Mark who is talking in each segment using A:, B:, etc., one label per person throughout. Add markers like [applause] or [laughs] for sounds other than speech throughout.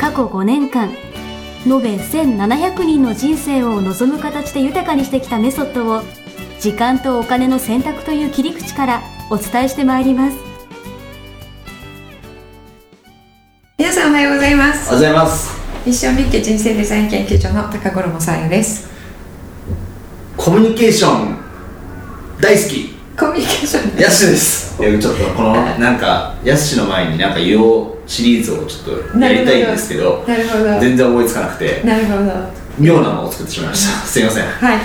A: 過去5年間延べ1700人の人生を望む形で豊かにしてきたメソッドを時間とお金の選択という切り口からお伝えしてまいります
B: 皆さんおはようございま
C: お
B: す
C: はようございます
B: 一生ミッケ人生デザイン研究所の高頃もさやです
C: コミュニケーション大好き
B: コミュニケーション
C: ヤッシュですいやちょっとこのなんかヤッシュの前になんか言おうシリーズをちょっとやりたいんですけど
B: なるほどなる
C: 全然思いつかなくて
B: ほど
C: [laughs] 妙なのを作ってしまいましたすいません
B: はい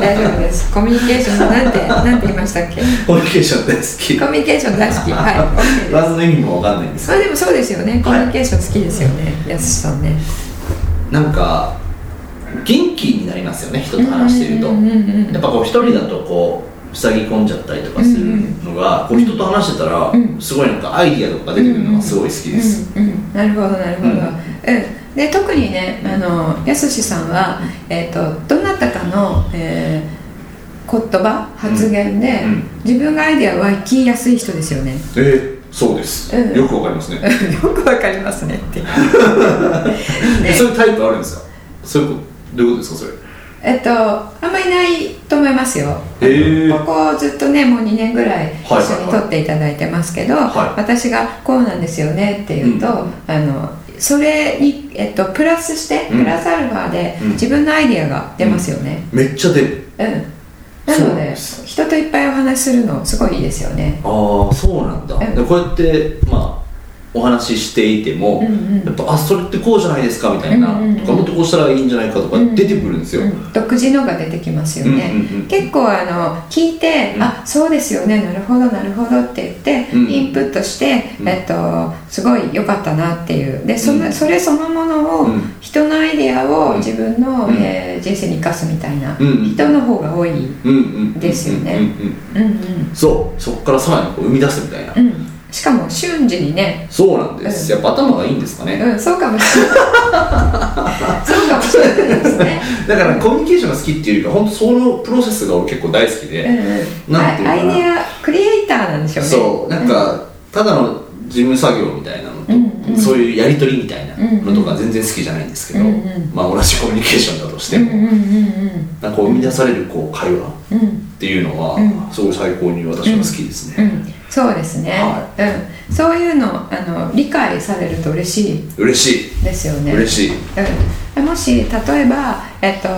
B: 大丈夫ですコミュニケーションなんてなんて言いましたっけ
C: コミュニケーション大好
B: コミュニケーション大好きはい OK
C: き
B: で
C: ワードの意味もわかんないんです
B: すまあでもそうですよねコミュニケーション好きですよね、やすしさんね
C: なんか元気になりますよね人と話していると
B: うんうんうんうん
C: やっぱこう一人だとこう塞ぎ込んじゃったりとかするのが、こう人と話してたら、
B: うん
C: すごいなんかアイディアとか出てくるのがすごい好きです、
B: うんうん、なるほどなるほど、う
C: うんん
B: で特にねあのやすしさんは、えー、とどなたかの、えー言葉発言で、
C: うんうん
B: 自分がアイデア湧きやすい人ですよね [laughs]
C: えーそうです、
B: うん
C: よくわかりますね
B: よくわかりますねって
C: えそういうタイプあるんですかそういうことどういうことですか
B: えっとあんまりないと思いますよ
C: それへえ
B: ここずっとねもう2年ぐらい一
C: はい
B: 緒に撮っていただいてますけど、
C: はい
B: 私が「こうなんですよね」って言うと、
C: う
B: あのそれに、えっと、プラスして、
C: う
B: プ
C: ん
B: ラスアルファで
C: うん
B: 自分のアイディアが出ますよね
C: めっちゃ出る
B: うん、な
C: そう
B: の
C: なん
B: で
C: です
B: 人といっぱいお話しするのすごいいいですよね
C: ああそうなんだ、
B: うん
C: でこうやってまあお話ししていても、
B: うんうん
C: やっぱあそれってこうじゃないですかみたいな、
B: うんうんうん
C: とかもっとこうしたらいいんじゃないかとか
B: うん
C: 出てくるんですよ、
B: うん独自のが出てきますよね、
C: うんうんうん
B: 結構あの聞いて、
C: うん
B: あそうですよねなるほどなるほどって言って、
C: うん
B: インプットして、
C: うん
B: えっと、すごい良かったなっていうでそ,、
C: うん
B: それそのものを、
C: うん
B: 人のアイデアを自分の、
C: うん
B: えー人生に生かすみたいな、
C: うんうん
B: 人の方が多い、うん
C: うんうん
B: ですよね
C: うんうん
B: うん
C: そうそこからさらにこう生み出すみたいな、
B: うん、しかも瞬時にね
C: そうなんです、やっぱ頭がいいんですかね、
B: うん、そうかもし
C: [laughs]
B: れないそうかもしれないですね、
C: だからコミュニケーションが好きっていうよりか本当そのプロセスが俺結構大好きで、
B: うんうん、
C: [laughs] なんていうかな
B: アイデアクリエイターなんでしょうね
C: そうなんかただの事務作業みたいなのと、
B: うんうん
C: そういうやり取りみたいなのと
B: うんう
C: か全然好きじゃないんですけど、
B: うんうん
C: まあ同じコミュニケーションだとして
B: うん
C: も、
B: うんうん
C: なんかこう生み出されるこう会話
B: うんうん
C: っていうのは、
B: うん
C: すごい最高に私は好きです
B: う
C: ね、
B: ん、そうですね、
C: は
B: うん、そういうのあの理解されると嬉しい
C: 嬉し
B: ですよ
C: い
B: ね
C: 嬉しい
B: うん、もし例えば、えっと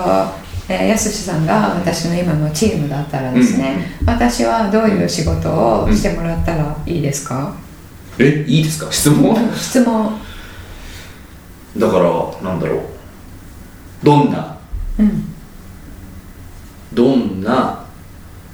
B: えーやすしさんが私の今のチームだったらですね、私はどういう仕事をしてもらったらいいですか、
C: えいいですか質問
B: うん質問、
C: だからなんだろうどんな
B: うん
C: どんな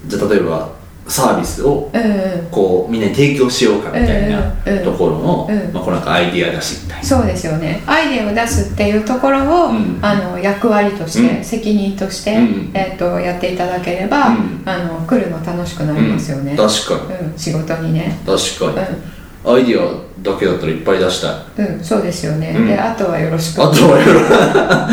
C: じゃあ例えばサービスを
B: うんうん、
C: こうみんなに提供しようかみたいな
B: うんうん
C: ところの、
B: うん
C: まあ、こうなんかアイディア出しみたいな
B: そうですよねアイデアを出すっていうところを、
C: うん
B: あの役割として、
C: うん
B: 責任として、
C: うん
B: えっとやっていただければ、
C: うん
B: あの来るの楽しくなりますよね、
C: うん確かに
B: うん仕事にね
C: 確か
B: う
C: に、アイディアだけだったらいっぱい出したいあ
B: ん、うん、そうですよね、
C: うん
B: であとはよろしく
C: とは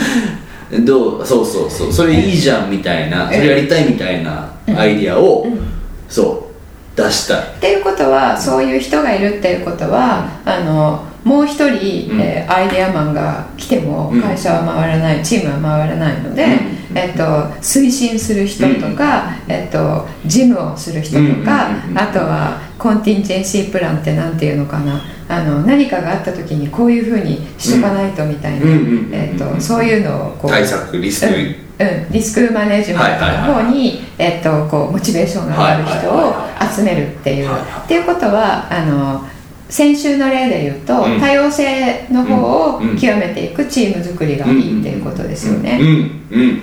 C: よろ [laughs] どうそうそうそうそれいいじゃんみたいなそれやりたいみたいなアイディアを、
B: うん
C: そう出したい
B: っていうことはそういう人がいるっていうことはあのもう一人、
C: うん
B: えーアイデアマンが来ても
C: うん
B: 会社は回らない、チームは回らないので、
C: うん
B: えっと推進する人とか、えっと事務をする人とか、
C: うんうんうんうん
B: あとはコンティンジェンシープランってなんていうのかなあの何かがあった時にこういうふうにしとかないとみたいな、
C: うんうんうんうんうん
B: えっとそういうのをこう
C: 対策リスク、
B: うん、リスクマネジメントの方にえっとこうモチベーションが上がる人
C: はいはい
B: を集めるっていう。
C: はいはい
B: っていうことはあの先週の例で言うと、
C: うん
B: 多様性の方を
C: うんうん
B: 極めていくチーム作りがいいっていうことですよ
C: う
B: ね。
C: んうん、うん
B: うん、うん、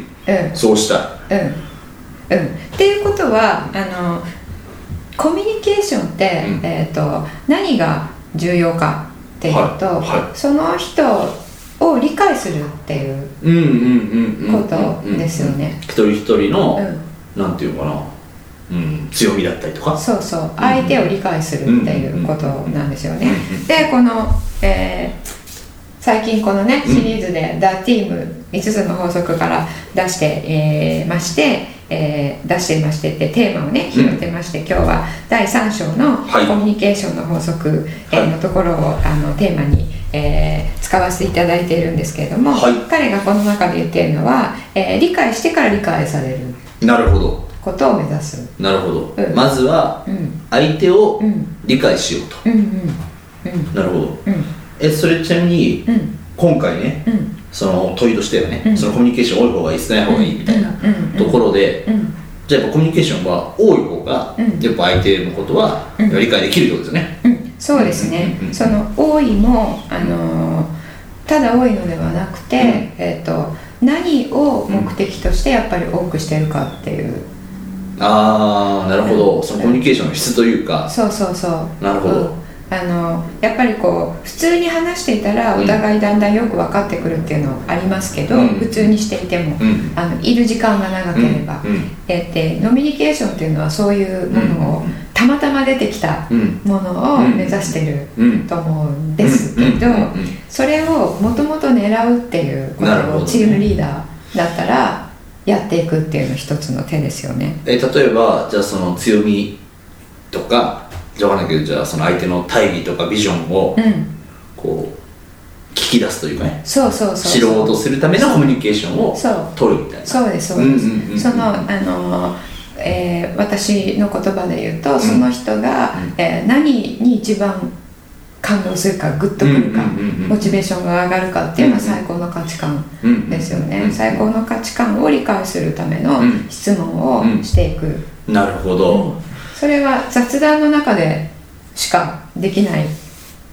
C: そうしたい
B: うんっていうことはあのコミュニケーションって、
C: うん
B: えっと何が重要かっっていうのと、
C: はいは
B: その人を理解するっていう
C: うんうんうんうん
B: ことですよね
C: 一人一人の、
B: う
C: なんていうのかな、うん、強みだったりとか
B: そうそう相手を理解するっていうことなんですよね
C: うんうん。
B: でこの、えー最近このねシリーズで「ダ・ティーム5つの法則から出して、えーまして、えー出していましてってテーマをね拾ってまして、今日は第3章の
C: はい
B: コミュニケーションの法則、え
C: は
B: ー
C: い
B: のところをあのテーマに、えー使わせていただいているんですけれども、
C: はい
B: 彼がこの中で言っているのは、えー理解してから理解される
C: なるほど
B: ことを目指す。
C: なるほど、
B: うん
C: まずは
B: うん
C: 相手を
B: うん
C: 理解しようと、
B: うんうん
C: なるほど
B: うんうん
C: えそれちなみに、
B: うん
C: 今回ね
B: うん
C: その問いとしてはね、
B: うん
C: そのコミュニケーション多い方がいい少ない方がいいみたいな
B: うんうんうん
C: ところで、
B: うん
C: じゃあやっぱコミュニケーションは多い方が、
B: うん
C: やっぱ相手のことは
B: うん
C: 理解できるってことですよね、
B: うんそうですね
C: うんうんうん
B: その多いもあのーただ多いのではなくて、えっ、と何を目的としてやっぱり多くしてるかっていう、
C: ああなるほど、
B: うん
C: そのコミュニケーションの質というか、
B: そうそうそう
C: なるほど
B: うんあのーやっぱりこう普通に話していたら
C: うん
B: お互いだんだんよく分かってくるっていうのありますけど、
C: うん
B: 普通にしていても、
C: うん
B: あのいる時間が長ければ、
C: うんうん
B: えーでノミニケーションっていうのはそういうものを、
C: うん
B: たまたま出てきた
C: うん
B: ものを目指してる
C: うん
B: と思うんですけど
C: うんうんうん
B: それをもともと狙うっていうこ
C: なるほど
B: と
C: ね
B: をチームリーダーだったらやっていくっていうの一つの手ですよね。
C: え例えばじゃあその強みとかじゃあわかんないけどじゃあその相手の大義とかビジョンを
B: うん、
C: こう聞き出すというかね
B: そうそうそう
C: 知ろうとするためのコミュニケーションを
B: そう
C: 取るみたいな
B: そうですそうです、
C: うんうんうんうん
B: そのあの、えー私の言葉で言うとその人が、
C: うん
B: えー何に一番感動するかグッとくるか、
C: うんうんうんうん
B: モチベーションが上がるかっていうのは
C: うんうん
B: 最高の価値観
C: うんうん
B: ですよね、
C: うん
B: 最高の価値観を理解するための
C: うん
B: 質問をしていく、
C: なるほど、
B: それは雑談の中でしかできない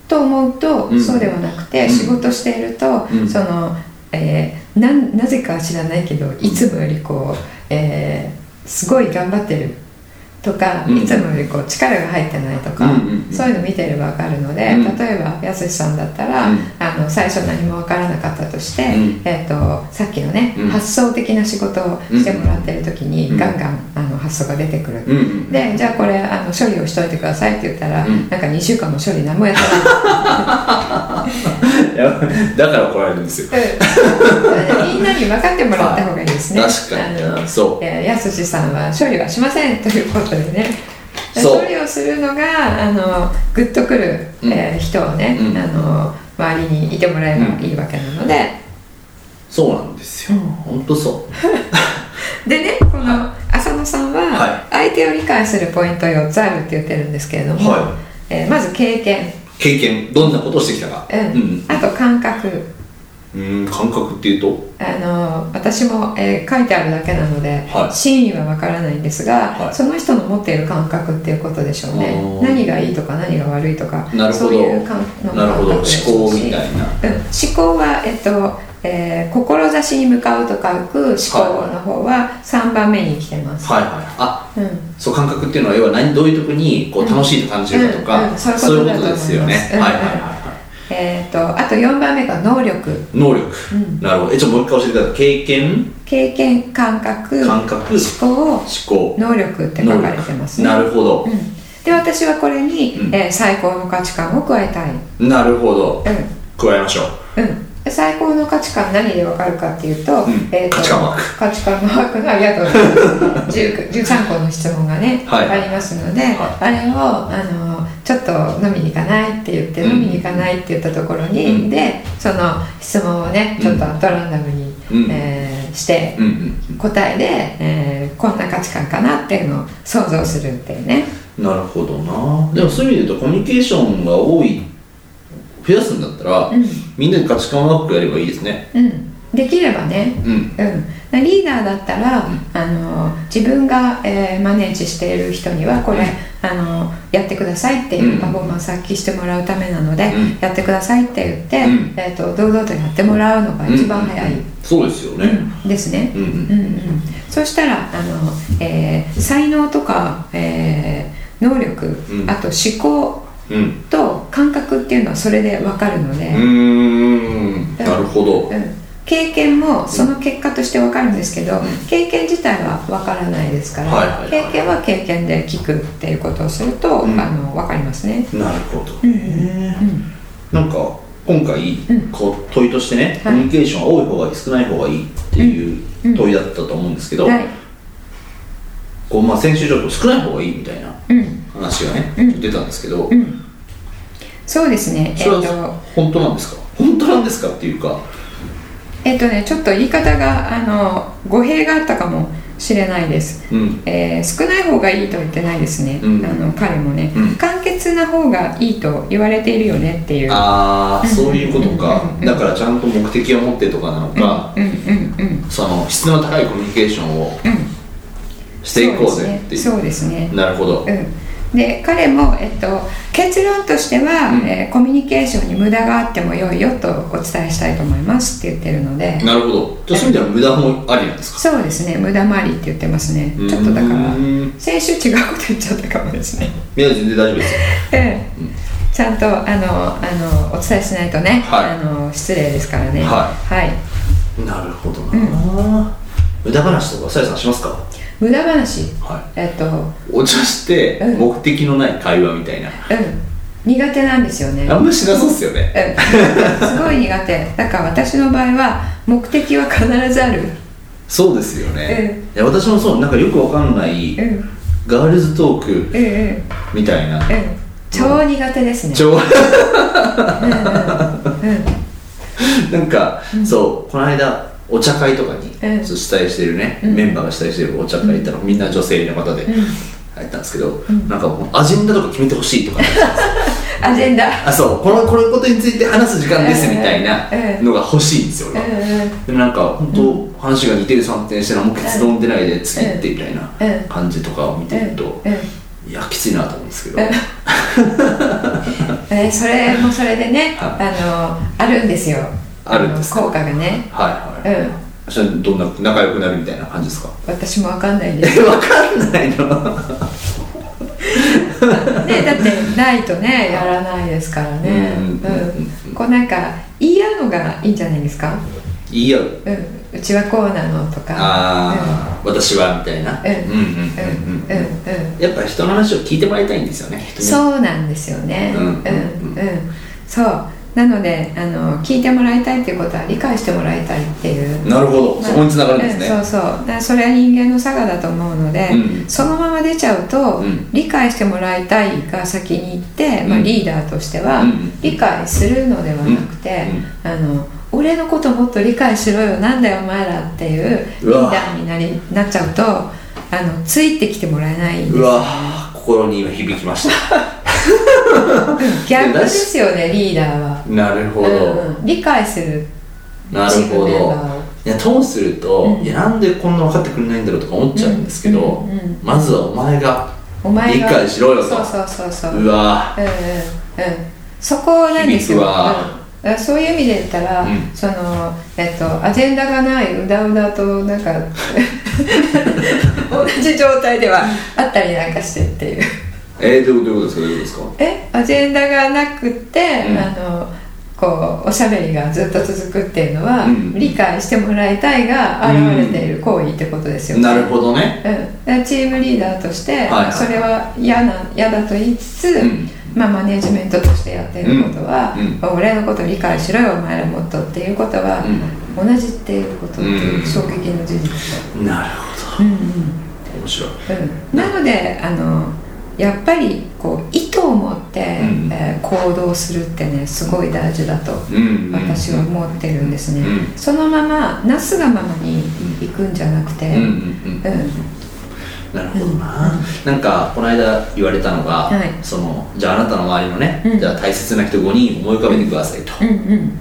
B: と思うと、
C: うん
B: そうではなくて、
C: うん
B: 仕事していると、
C: うん
B: その、えーななぜか知らないけどいつもよりこう、えーすごい頑張ってるとか、
C: うん
B: いつもよりこう力が入ってないとか、
C: うんうんうん
B: そういうの見てればわかるので、
C: うん
B: 例えばやすしさんだったら、
C: うん
B: あの最初何もわからなかったとして、
C: うん
B: えー、とさっきのね、
C: うん
B: 発想的な仕事をしてもらってる時に、
C: うん
B: ガンガンあの発想が出てくる。
C: うんうん
B: でじゃあこれあの処理をしといてくださいって言ったら、
C: うん
B: なんか2週間も処理何もやってない
C: いやだから怒られるんですよ [laughs]
B: うんみんなに分かってもらった方がいいですね
C: 確か
B: あの
C: にそう
B: えーやすしさんは処理はしませんということでね
C: そう
B: 処理をするのがあのグッとくる、
C: うん
B: えー人をね、
C: うん
B: あの周りにいてもらえばいいわけなので、
C: そうなんですよ、
B: うん
C: ほんとそう
B: でねこの浅野さんは相手を理解するポイント4つあるって言ってるんですけれども、
C: は
B: えーまず経験、
C: 経験どんなことをしてきたか
B: うん、あと感覚
C: うん、うん、感覚っていうと
B: あの私も、えー書いてあるだけなので、
C: はい
B: 真意はわからないんですが、
C: はい
B: その人の持っている感覚っていうことでしょう
C: あ
B: ね
C: ー
B: 何がいいとか何が悪いとか
C: なるほ
B: そ
C: ど
B: ういう感の
C: なるほど
B: 感覚
C: 思
B: でしょう
C: 考
B: し
C: みたい
B: う
C: な
B: ん、思考は、えっとえー志に向かうと書く思考の方は3番目に来てます、
C: はいはいあ
B: うん
C: そう感覚っていうのは要は何どういう時にこう楽しいと感じるかとか、
B: うんうんそういうこと
C: そういう
B: だ
C: ことと
B: 思い
C: で
B: ます
C: すよね、
B: うん
C: はいはいはいはい
B: えっとあと4番目が能力
C: 能力、
B: うん
C: なるほどえちょっともう一回教えてください経験
B: 経験感覚
C: 感覚思
B: 思考
C: 考
B: 能力って書かれてますね
C: なるほど
B: う、んで私はこれに、
C: うん
B: えー最高の価値観を加えたい、う
C: なるほど
B: ん
C: 加えましょ
B: う
C: う
B: ん、で最高の価値観何でわかるかっていうと,、
C: うん
B: と
C: 価値観マーク
B: 価値観マークのありがとうござい
C: [laughs]
B: ます10 13個の質問がね、
C: はい
B: ありますので、
C: は
B: あれをあのちょっと飲みに行かないって言って、
C: うん
B: 飲みに行かないって言ったところに、
C: うん
B: でその質問をねちょっとアットランダムに、
C: うん
B: えーして
C: うんうん
B: 答えで、えーこんな価値観かなっていうのを想像するっていうね。
C: なるほどなでもそういう意味で言うとコミュニケーションが多い増やすんだったら、
B: うん
C: みんなで価値観ワークやればいいですね
B: うん、できればね、
C: うん
B: うん、リーダーだったら、あの自分が、えーマネージしている人にはこれ、あのやってくださいっていううんパフォーマンス発揮してもらうためなので、
C: うん
B: やってくださいって言って、
C: うん
B: えー、と堂々とやってもらうのが一番早い、
C: うんうんうんそうですよね、
B: ですね。
C: うんうん
B: うんうん、そしたらあの、えー才能とか、えー能力、
C: うん
B: あと思考
C: うん
B: と考感覚っていうのはそれで分かるので、
C: うーんなるほど
B: うん経験もその結果として分かるんですけど、経験自体は分からないですから、
C: はいはいはい
B: 経験は経験で聞くっていうことをすると、
C: うん
B: あの分かりますね。
C: なるほど、
B: うん
C: なんか今回、
B: うん
C: こう問いとしてね、
B: はい
C: コミュニケーションは多い方がいい少ない方がいいっていう
B: うん
C: 問いだったと思うんですけど、
B: はい、
C: こうまあ、先週ちょっと少ない方がいいみたいな
B: うん
C: 話がね、
B: うん
C: 出たんですけど、
B: うん、そうですね、えっ
C: それ
B: と
C: は本当なんですか本当なんですかっていうか
B: えっとね、ちょっと言い方があの語弊があったかもしれないです、
C: うん
B: えー少ない方がいいとは言ってないですね、
C: うん
B: あの彼もね、
C: うん
B: 簡潔な方がいいと言われているよねっていう
C: ああそういうことか
B: うん
C: だからちゃんと目的を持ってとかなのか、
B: うんうんうん
C: その質の高いコミュニケーションを
B: うん
C: していこうぜっていう
B: そうですね
C: なるほど、
B: そうですねうん、で彼も、えっと、結論としては、
C: うん
B: えーコミュニケーションに無駄があっても良いよとお伝えしたいと思いますって言ってるので
C: なるほどじゃあそういう意味では無駄もありなんですか
B: そうですね無駄回りって言ってますねちょっとだか
C: う
B: ら
C: ーん
B: 先週違うこと言っちゃったかもですね
C: いや全然大丈夫ですよ
B: ええ
C: うん
B: ちゃんとあのあのお伝えしないとね、
C: はい
B: あの失礼ですからね、
C: はいなるほどな、無駄話とかさやさんしますか
B: 無駄話
C: は
B: えっとうん
C: いお茶して
B: うん
C: 目的のない会話みたいな、
B: 苦手なんですよね
C: あんましなそうっすよね
B: うんすごい苦手だから私の場合は目的は必ずある
C: そうですよね、いや私もそうなんかよくわかんない、
B: うんうん
C: ガールズトーク
B: うんうん
C: みたいな、
B: 超苦手ですね
C: ちょ
B: うんうんうん
C: [laughs] なんか、そうこの間お茶会とかに、
B: うん
C: そう主催してるね、
B: うん
C: メンバーが主催してるお茶会行ったら、みんな女性の方で
B: うん
C: 入ったんですけど、なんかもうアジェンダとか決めてほしいと [laughs] か、
B: アジェンダ
C: あそうこのこのことについて話す時間ですみたいな
B: うん
C: のが欲しいんですよ、
B: うん
C: 俺は
B: うん
C: でもなんか本当、話が似てる3点してるのもう結論出ないで次行ってみたいな
B: うん
C: 感じとかを見てると、
B: うんうん
C: いやきついなと思うんですけど、
B: うんえそれもそれでねあのあるんですよ
C: あるんですか
B: の効果がね
C: はい
B: う
C: はい、
B: ん
C: それどんな仲良くなるみたいな感じですか
B: 私もわかんないん [laughs] です
C: え [laughs] わかんないの
B: ねだってないとねやらないですからね
C: うんうんうん
B: うんこうなんか言い合うのがいいんじゃないですか
C: 言い合う
B: うん、うちはこうなのとか
C: ああ、私はみたいな、
B: うん
C: う
B: うんうん
C: んうんうん
B: うん
C: うん
B: うん
C: やっぱ人の話を聞いてもらいたいんですよね人に
B: そうなんですよね
C: う
B: うんん
C: う
B: うんん
C: うん
B: そうなのであの聞いてもらいたいっていうことは理解してもらいたいっていう
C: なるほど、
B: まあ
C: そこにつながるんですね、
B: うんそうそうだからそれは人間の差がだと思うので、
C: うん
B: そのまま出ちゃうと、
C: うん
B: 理解してもらいたいが先に行って、まあ、
C: うん
B: リーダーとしては、
C: うん
B: 理解するのではなくて、あの俺のこともっと理解しろよなんだよお前らっていうリ
C: う
B: ー
C: わ
B: ダーになりなっちゃうとあのついてきてもらえないんで
C: うわー心に今響きました
B: [laughs] 逆ですよねリーダーは、
C: なるほど、
B: うんうん理解する
C: なるほ
B: チームメン
C: ど
B: バーを
C: いやともすると、
B: うん
C: いやなんでこんな分かってくれないんだろうとか思っちゃうんですけど、
B: うんうんうん
C: まずはお前が
B: お前が
C: 理解しろよ
B: そ
C: と
B: うそうそうそう
C: うわ
B: うんうんうんそこなんですよ、
C: 響く
B: うん、
C: わ
B: だからそういう意味で言ったら、
C: うん
B: そのえっとアジェンダがないうだうだとなん
C: [laughs]
B: か同じ状態ではあったりなんかしてっていう
C: えー、どういうことですかどういうことですか
B: えアジェンダがなくって、
C: うん
B: あのこうおしゃべりがずっと続くっていうのは、
C: うん
B: 理解してもらいたいが現れている行為ってことですよね、
C: なるほどね
B: うん、だからチームリーダーとして、
C: はいはい
B: それは嫌な嫌だと言いつつ、
C: うん
B: まあ、マネジメントとしてやってることは、
C: うん
B: 俺のこと理解しろよお前らもっとっていうことは、同じっていうことっていう衝撃の事実だ、
C: なる
B: う
C: ほ
B: んうん
C: ど面白い
B: うんなのであのやっぱりこう意図を持って、
C: うん
B: えー行動するってねすごい大事だと
C: うん
B: 私は思ってるんですね、
C: う
B: そのままなすがままに行くんじゃなくて、
C: うんうんう
B: う
C: ん
B: ん
C: なるほどな、なんかこの間言われたのが、
B: はい
C: そのじゃああなたの周りのね、
B: うん
C: じゃあ大切な人5人思い浮かべてくださいと、
B: うん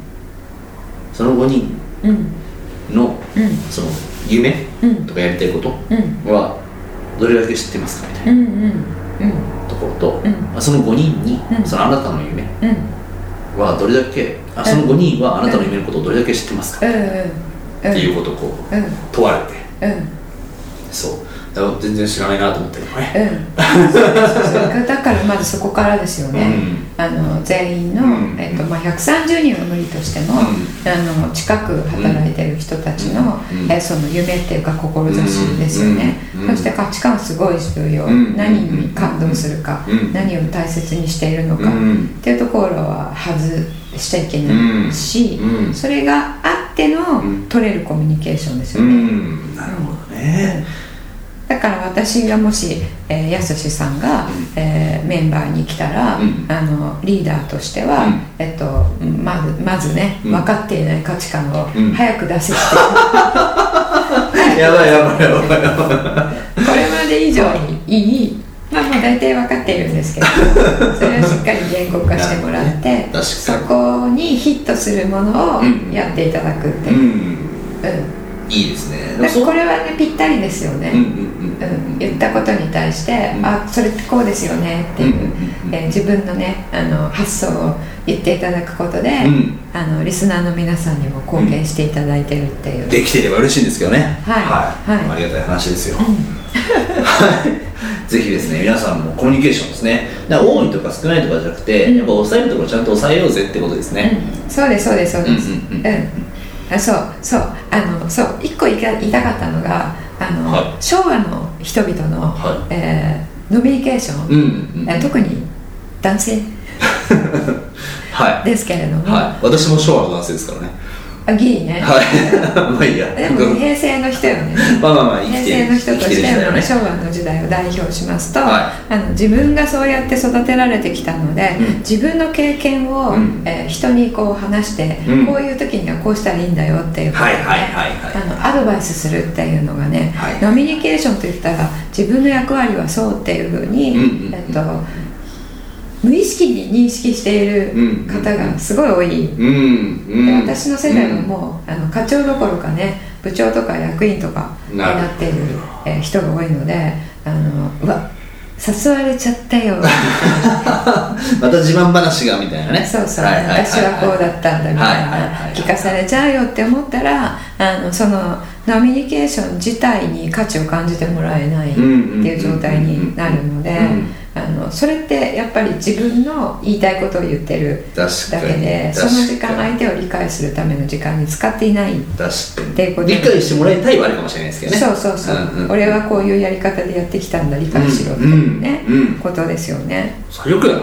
C: その5人
B: うんうん
C: の
B: うん
C: その夢
B: うん
C: とかやりたいこと
B: うん
C: はどれだけ知ってますかみたい
B: うんうん
C: なところと、
B: うん
C: まあその5人に、
B: うん
C: そのあなたの夢
B: うん
C: はどれだけあその5人はあなたの夢のことをどれだけ知ってますか、
B: うんうんうん
C: っていうことをこう
B: うん
C: 問われて
B: うん
C: そうだから全然知らないなと思ったけどね
B: うん、そうそうそうだからまずそこからですよね、
C: う
B: あの全員の、
C: うん
B: えっとまあ、130人は無理としても、あの近く働いてる人たちの,、
C: うん
B: えその夢っていうか志ですよね、
C: うん
B: そして価値観すごい重要、
C: うん
B: 何に感動するか、
C: うん
B: 何を大切にしているのか、
C: うん
B: っていうところは外しちゃいけないし、
C: うん
B: それがあっての
C: うん
B: 取れるコミュニケーションです
C: う
B: よね、
C: んなるほどね
B: だから私がもし、えー、やすしさんが、えーメンバーに来たら、
C: うん
B: あのリーダーとしては、
C: うん
B: えっと、まずまずね、
C: うん
B: 分かっていない価値観を
C: うん
B: 早く出せして、
C: やばいやばいやばいやばい [laughs]
B: これまで以上にいいまあもう大体分かっているんですけど
C: [laughs]
B: それをしっかり言語化してもらっ
C: なる
B: て
C: ほどね確かに
B: そこにヒットするものを
C: うん
B: やっていただくって、
C: う
B: うん
C: んいいですねで
B: だ
C: も
B: から
C: そう
B: これはねぴったりですよね、
C: うん
B: う
C: うん
B: ん、言ったことに対して「
C: うん
B: あそれってこうですよね」っていう、
C: うんうんうん
B: えー自分のねあの発想を言っていただくことで、
C: うん
B: あのリスナーの皆さんにも貢献していただいてるっていう、
C: できてれば嬉しいんですけどね
B: はいはい
C: ありがたい話ですよ、はいぜひですね皆さんもコミュニケーションですねだから多いとか少ないとかじゃなくて、
B: うん
C: やっぱ抑えるところちゃんと抑えようぜってことですね、
B: うんそうですそうですそうです
C: う
B: うんん、
C: うんうん
B: あそうそうあのそう一個言いた言いたかったのがあの、
C: は
B: 昭和の人々の、
C: は
B: えーノミニケーション、
C: うん、うんうん
B: えー特に男性
C: は
B: ですけれども、
C: い、はい、私も昭和の男性ですからね
B: あギリね、
C: はいまあいいや
B: でも平成の人よね
C: まあまあまあ生
B: 平
C: きて
B: 成
C: る
B: の人と
C: 生き
B: して
C: る時代はね
B: 昭和の時代を代表しますと、
C: は
B: あの自分がそうやって育てられてきたので、
C: うん
B: 自分の経験を、
C: うん
B: えー人にこう話して、
C: うん
B: こういう時にはこうしたらいいんだよっていうこと
C: は
B: で
C: いはいはいはい
B: あのアドバイスするっていうのがね、
C: はい
B: ノミニケーションといったら自分の役割はそうっていうふうに、
C: うんうんうん
B: えっと、無意識に認識している方がすごい多い。
C: うんう
B: で
C: ん
B: 私の世代はもう、あの課長どころかね部長とか役員とかに
C: なる
B: なっている、えー人が多いのであのうわ誘われちゃった
C: [laughs]
B: よ
C: うんまた自慢話がみたいなね
B: そうそう、
C: はいはいいい
B: 私はこうだったんだみたいな、
C: はいはいはい
B: 聞かされちゃうよって思ったらあのそのノミニケーション自体に価値を感じてもらえないっていう状態になるので
C: うん
B: あのそれってやっぱり自分の言いたいことを言ってる
C: 確
B: だ
C: か
B: けで
C: に
B: その時間
C: 確かに
B: 相手を理解するための時間に使っていない
C: 確
B: っていうこ
C: か
B: と
C: に理解してもらいたいはあるかもしれないですけどね
B: そうそうそう、
C: んん
B: 俺はこういうやり方でやってきたんだ理解しろっていうね、
C: うんうん
B: ことですよね
C: 最悪やな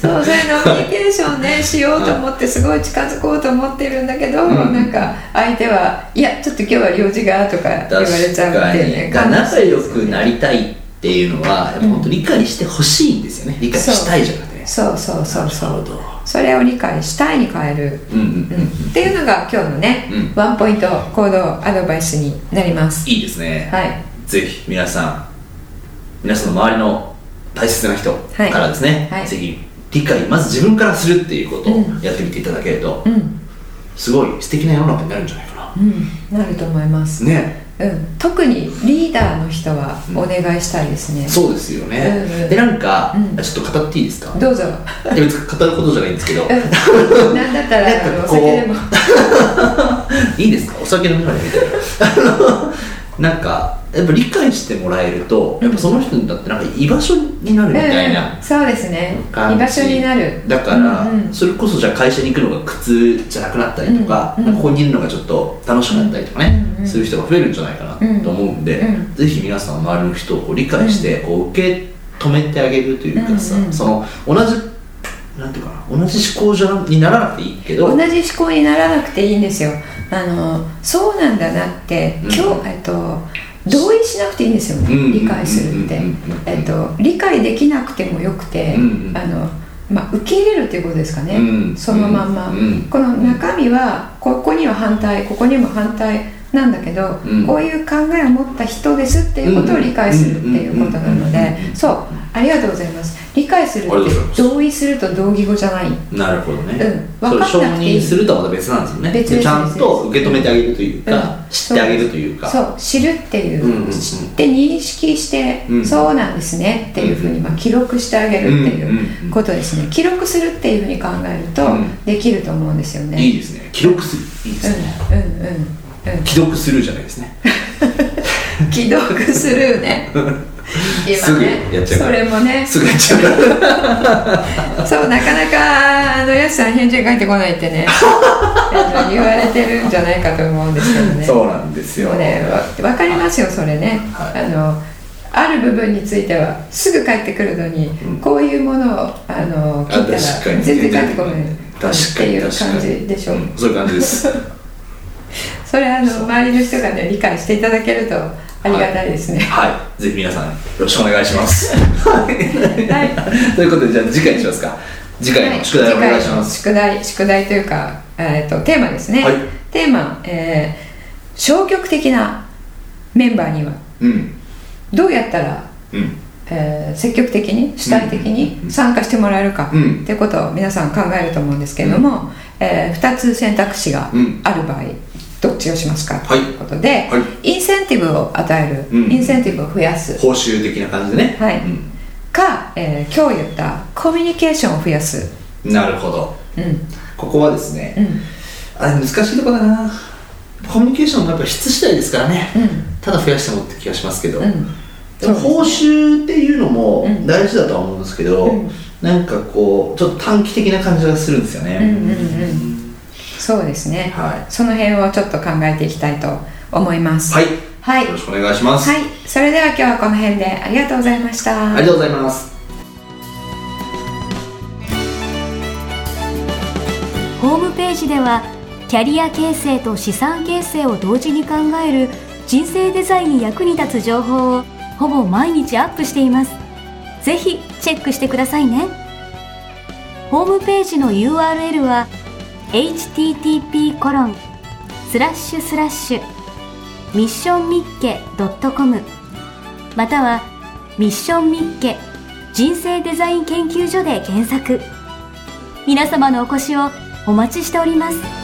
B: そうそれノミニケーションねしようと思ってすごい近づこうと思ってるんだけど、
C: うん
B: なんか相手はいやちょっと今日は用事がとか言われちゃうっていうね
C: 確
B: 悲
C: かに
B: し
C: 仲
B: い
C: 良
B: ですよ
C: くなりたいっていうのはやっぱ本当理解してほしいんですよね理解したいじゃなくてね
B: そうそうそうそ
C: なる
B: う
C: ほど
B: それを理解したいに変える、
C: うんうん
B: う
C: うんん
B: っていうのが今日のね、
C: うん
B: ワンポイント行動アドバイスになります
C: いいですね
B: はい
C: ぜひ皆さん皆さんの周りの大切な人か
B: はい
C: らですね、
B: はい
C: ぜひ理解まず自分からするっていうことを
B: うん
C: やってみていただけると、
B: うん
C: すごい素敵な世の中になるんじゃないかな、
B: うんなると思います
C: ね
B: うん、特にリーダーの人はお願いしたいですね、
C: そうですよね、
B: うんうん
C: でなんか、
B: うん
C: ちょっと語っていいですか、い
B: どうぞ、
C: や別に語ることじゃないんですけど、 [laughs]
B: うん、なんだったらあ
C: なん
B: の
C: か
B: お
C: こう
B: 酒でも
C: いいですかお酒飲みながらみたいなあのなんかやっぱ理解してもらえるとやっぱその人にだってなんか居場所になるみたいな
B: うん、そうですね居
C: 感じ
B: 場所になる
C: だから、
B: うんうん
C: それこそじゃあ会社に行くのが苦痛じゃなくなったりとか,、
B: うんうん
C: なんかここにいるのがちょっと楽しかったりとかね、
B: うんうん
C: そういう人が増えるんじゃないかなと思うんで、
B: うんう
C: ぜひ皆さん周りの人をこう理解して、こう受け止めてあげるというかさ、
B: うんうん
C: その同じなんていうかな同じ思考じゃなにならなくていいけど
B: 同じ思考にならなくていいんですよあのそうなんだなって
C: うん
B: 今日、えっと同意しなくていいんですよね、
C: うん
B: 理解するって、
C: うんうんうんうん
B: えっと、理解できなくてもよくて、
C: うんうん
B: あのまあ、受け入れるっていうことですかね、
C: うん
B: そのまんま、
C: うんうん
B: この中身はここには反対ここにも反対なんだけど、
C: うん
B: こういう考えを持った人ですっていうことを理解するっていうことなの
C: うんうんうん
B: で
C: うんうん
B: そうありがとうございます理解するって
C: ありがとうございます
B: 同意すると同義語じゃない
C: なるほどね、
B: うん
C: それ
B: 分か
C: 承
B: んなくていい
C: 認するとはまた別なんですよね
B: 別です
C: ちゃん
B: 別
C: と受け止めてあげるというか、
B: うん
C: 知ってあげるというか
B: そう知るっていう、
C: うんうんうん
B: 知って認識して、
C: うん
B: そうなんですねっていうふうに、まあ、記録してあげるって
C: うん
B: い
C: うんう
B: う
C: ん
B: ことですね、記録するっていうふうに考えると、
C: うん
B: できると思うんですよね
C: いいですね記録するいいですね、
B: うんうんうんうん
C: 既読するじゃないですね
B: 既読スルー
C: [laughs]
B: ね
C: すぐやっちゃうから
B: それもね
C: すぐやっちゃうから
B: そうなかなかあのやすさん返事が返ってこないって
C: [laughs]
B: ねあの言われてるんじゃないかと思うんですけどね
C: そうなんです
B: で
C: よ
B: もねわわかりますよそれね、
C: はい
B: あのある部分についてはすぐ返ってくるのに、
C: ん
B: こういうものをあの
C: あ
B: 聞いたら
C: 確かに
B: 全然返ってこない
C: 確かに
B: っていう感じでしょ、
C: 確かにうんそういう感じです
B: [laughs] それあの周りの人がね理解していただけるとありがたいですね、
C: はいぜひ皆さんよろしくお願いしますはいということでじゃあ次回にしますか次回の宿題をお願いします、
B: 次回の宿題宿題というか、えー、とテーマですね、
C: はい
B: テーマ、えー消極的なメンバーには
C: うん
B: どうやったら、
C: うん
B: えー積極的に主体的に参加してもらえるか、
C: うん
B: っていうことを皆さん考えると思うんですけれども、え2つ選択肢が
C: うん
B: ある場合、どっちをしますかと
C: はい
B: いうことで、
C: は
B: インセンティブを与える、
C: うん
B: インセンティブを増やす、
C: 報酬的な感じでね
B: はい
C: うん
B: か、えー今日言ったコミュニケーションを増やす、
C: なるほど
B: うん、
C: ここはですね、
B: うん
C: あれ難しいとこだなコミュニケーションもやっぱ質次第ですからね、
B: うん
C: ただ増やしてもって気がしますけど、
B: うん
C: でも報酬っていうのも
B: うん
C: 大事だとは思うんですけど、
B: うん
C: なんかこうちょっと短期的な感じがするんですよね、
B: うんうんうんそうですね、
C: は
B: その辺をちょっと考えていきたいと思います
C: はい、
B: はい
C: よろしくお願いします、
B: はいそれでは今日はこの辺でありがとうございました
C: ありがとうございます
A: ホームページではキャリア形成と資産形成を同時に考える人生デザインに役に立つ情報をほぼ毎日アップしていますぜひチェックしてくださいねホームページの URL は http コロンスラッシュスラッシュミッションミッケ .com またはミッションミッケ人生デザイン研究所で検索皆様のお越しをお待ちしております